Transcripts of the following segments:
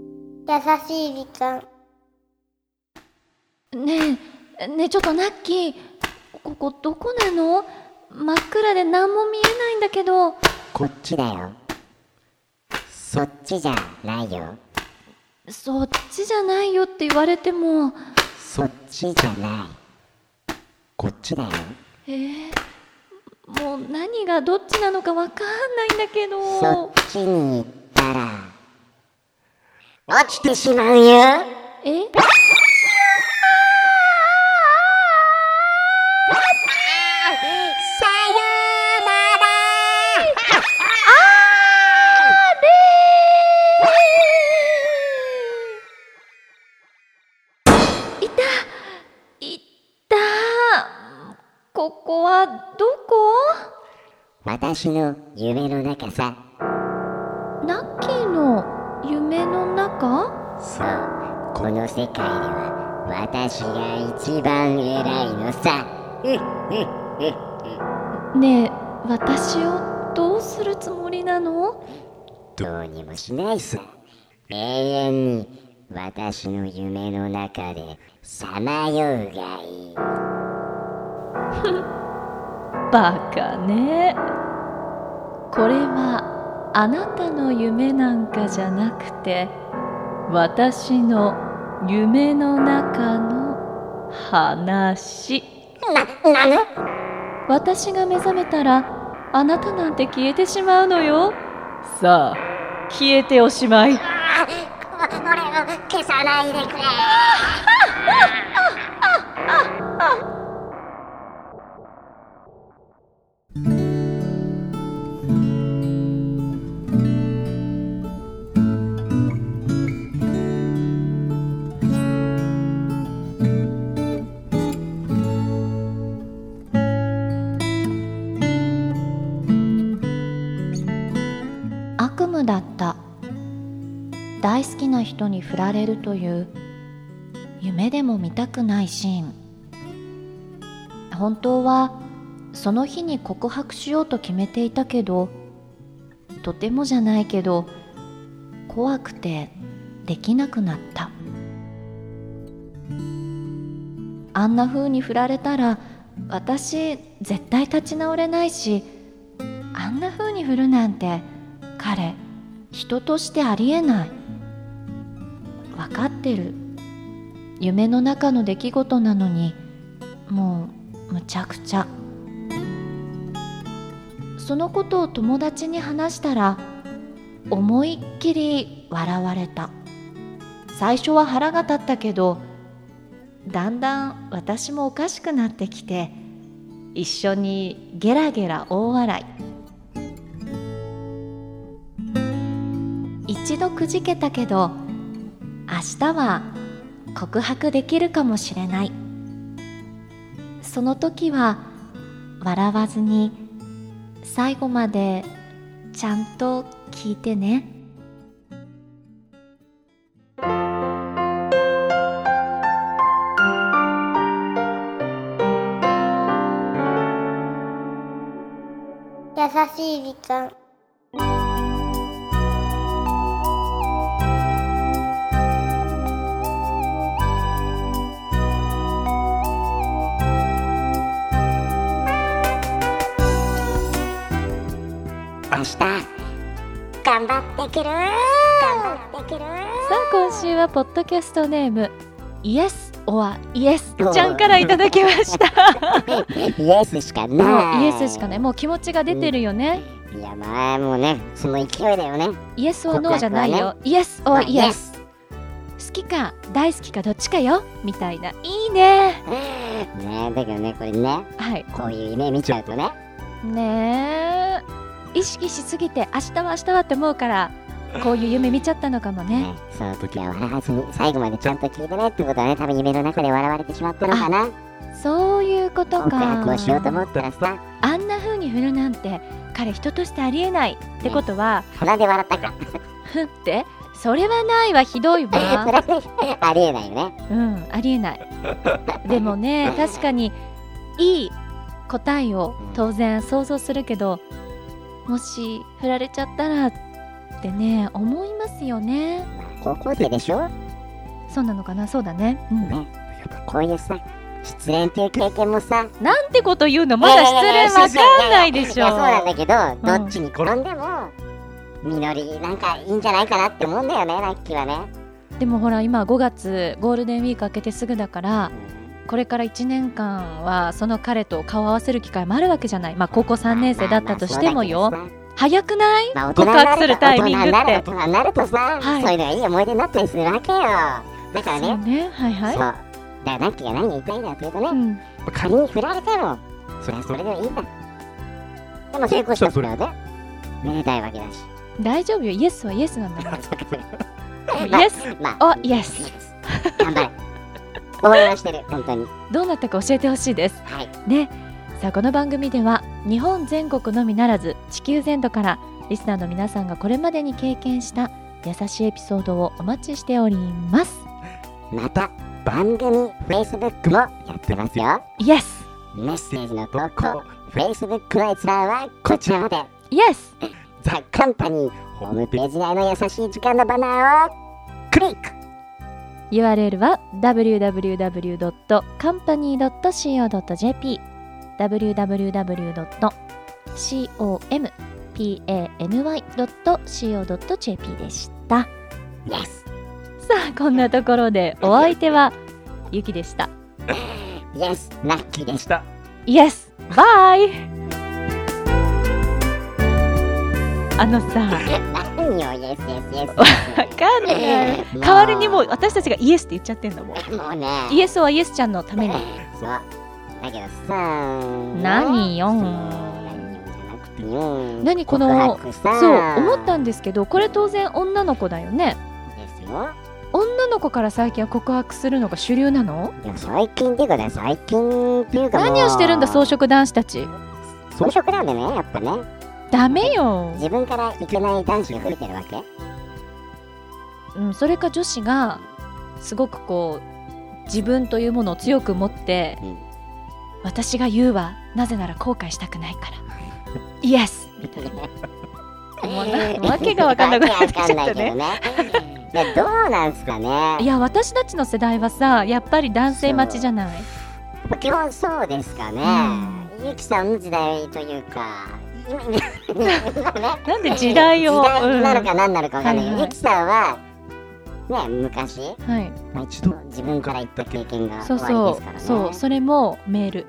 しい時間ねえねえちょっとナッキーここどこなの真っ暗で何も見えないんだけどこっちだよそっちじゃないよそっちじゃないよって言われてもそっちじゃないこっちだよえー、もう何がどっちなのかわかんないんだけそっどちに行ったら落ちてしまうよえいたいったここはどこ私の夢の中さナッキーの夢の中そうこの世界では私が一番偉いのさねえ私をどうするつもりなのどうにもしないさ永遠に私の夢の中でさまようがいいバカねこれはあなたの夢なんかじゃなくて私の夢の中の話な、なの私が目覚めたらあなたなんて消えてしまうのよさあ消えておしまいあこ俺を消さないでくれ悪夢だった大好きな人に振られるという夢でも見たくないシーン本当はその日に告白しようと決めていたけどとてもじゃないけど怖くてできなくなったあんな風に振られたら私絶対立ち直れないしあんな風に振るなんて彼人としてありえない分かってる夢の中の出来事なのにもうむちゃくちゃそのことを友達に話したら思いっきり笑われた最初は腹が立ったけどだんだん私もおかしくなってきて一緒にゲラゲラ大笑い一度くじけたけど明日は告白できるかもしれないその時は笑わずに最後までちゃんと聞いてね優しい時間 明日頑張ってくる頑張ってくるさあ今週はポッドキャストネームイエスオアイエスちゃんからいただきました イエスしかないもうイエスしかないもう気持ちが出てるよね、いやまあもうねその勢いだよねイエスオアノーじゃない告白よ、イエスオまアあイエス好きか大好きかどっちかよみたいないいね ねだけどねこれねはいこういう夢見ちゃうとねねえ意識しすぎて明日は明日はって思うからこういう夢見ちゃったのかもねねその時は笑わずに最後までちゃんと聞いてねってことはね多分夢の中で笑われてしまったのかなそういうこと告か白をしようと思ったらさあんな風に振るなんて彼人としてありえないってことは鼻で笑ったかふんってそれはないわひどい わそれはありえないよねうんありえないでもね確かにいい答えを当然想像するけどもし振られちゃったらってね思いますよねまあ高校生でしょそうなのかなそうだねうんねやっぱこういうさ失恋っていう経験もさなんてこと言うのまだ失恋わかんないでしょやそうなんだけど、うんどっちに転んでも実りなんかいいんじゃないかなって思うんだよねラッキーはね、でもほら今5月ゴールデンウィーク明けてすぐだからうこれから1年間はその彼と顔を合わせる機会もあるわけじゃないまあ高校3年生だったとしてもよまあまあ早くないまあ告白するタイミングって大人になるとさ、はいそういうのがいい思い出になったりするわけよだからそうねねはいそうはいだからラッキーが何を言いたいんだっていうとね、うん仮に振られてもそれはそれでいいんだでも成功したらそれはねめでたいわけだし大丈夫よイエスはイエスなんだかまらあイエスまあイエス頑張れ応援はしてる本当にどうなったか教えてほしいですはいねさあこの番組では日本全国のみならず地球全土からリスナーの皆さんがこれまでに経験した優しいエピソードをお待ちしておりますまた番組 Facebook もやってますよイエスメッセージの投稿 Facebook の閲覧はこちらまでイエスザ・カンパニーホームページ内の優しい時間のバナーをクリック URL は www.company.co.jp www.company.co.jp でしたイエスさあこんなところでお相手 はゆきでしたイエスラッキーでしたイエスバイあのさ何よイエスイエスイエスわかんないもう代わりにもう私たちがイエスって言っちゃってんだもん もうねイエスはイエスちゃんのためにそうだけど何さよそう何よじゃなくてよ何この告白さそう思ったんですけどこれ当然女の子だよねですよ女の子から最近は告白するのが主流なのでも最近っていうかね最近っていうかもう何をしてるんだ草食男子たち装飾なんでねやっぱねダメよ、自分からいけない男子が増えてるわけうん、それか女子がすごくこう自分というものを強く持ってうん私が言うわなぜなら後悔したくないから イエスみたいなもうなわけがわかんなくなってきちゃったねわけわかんないけどねでどうなんすかねいや私たちの世代はさやっぱり男性待ちじゃない基本そうですかね、ゆきさんの時代というか 今今今ねなんで時代を時代なのか何なのかわかんないけはいど、はいゆきさんはね昔、うんはいまあ、一度自分から言った経験がそう終そわりでうすからねそうそれもメール、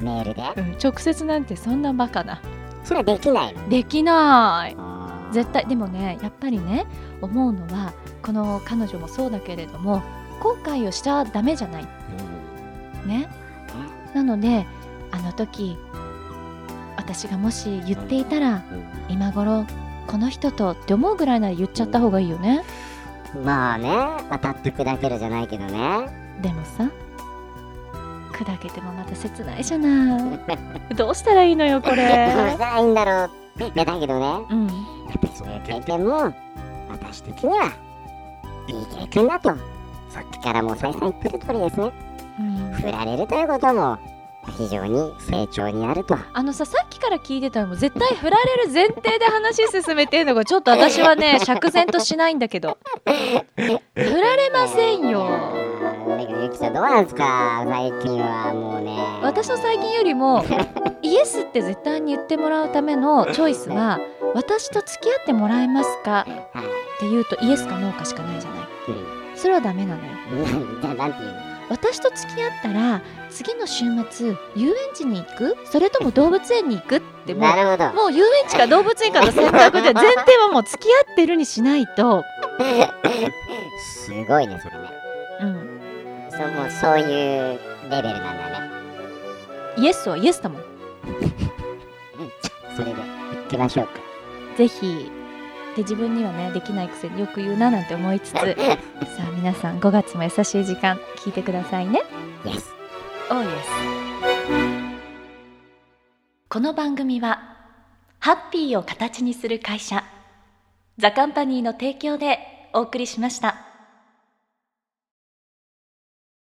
メールでうん、直接なんてそんなバカなそれはできないのできないあー絶対でもねやっぱりね思うのはこの彼女もそうだけれども後悔をしちゃダメじゃないうんねなのであの時私がもし言っていたらうん今頃この人とって思うぐらいなら言っちゃった方がいいよねまあね当たって砕けるじゃないけどねでもさ砕けてもまた切ないじゃない どうしたらいいのよこどうしれたらいいんだろうってだけどねうんやっぱりそういう経験も私的にはいい経験だとさっきからもう再三言ってる通りですねうん振られるということも非常に成長になるとあのささっきから聞いてたのも絶対振られる前提で話進めてんのがちょっと私はね釈然としないんだけど振られませんよだけどゆきさんどうなんですか最近はもうね私の最近よりもイエスって絶対に言ってもらうためのチョイスは私と付き合ってもらえますかっはいて言うとイエスかノーかしかないじゃないそれはダメなのようん ななんていうの私と付き合ったら次の週末遊園地に行くそれとも動物園に行くってもうなるほどもう遊園地か動物園かの選択で前提はもう付き合ってるにしないと、すごいねそれねうん、そうもうそういうレベルなんだねイエスはイエスだもんそれで行きましょうかぜひで自分にはねできないくせによく言うななんて思い つつさあ皆さん5月も優しい時間聞いてくださいね Yes オーイエスこの番組はハッピーを形にする会社ザカンパニーの提供でお送りしました。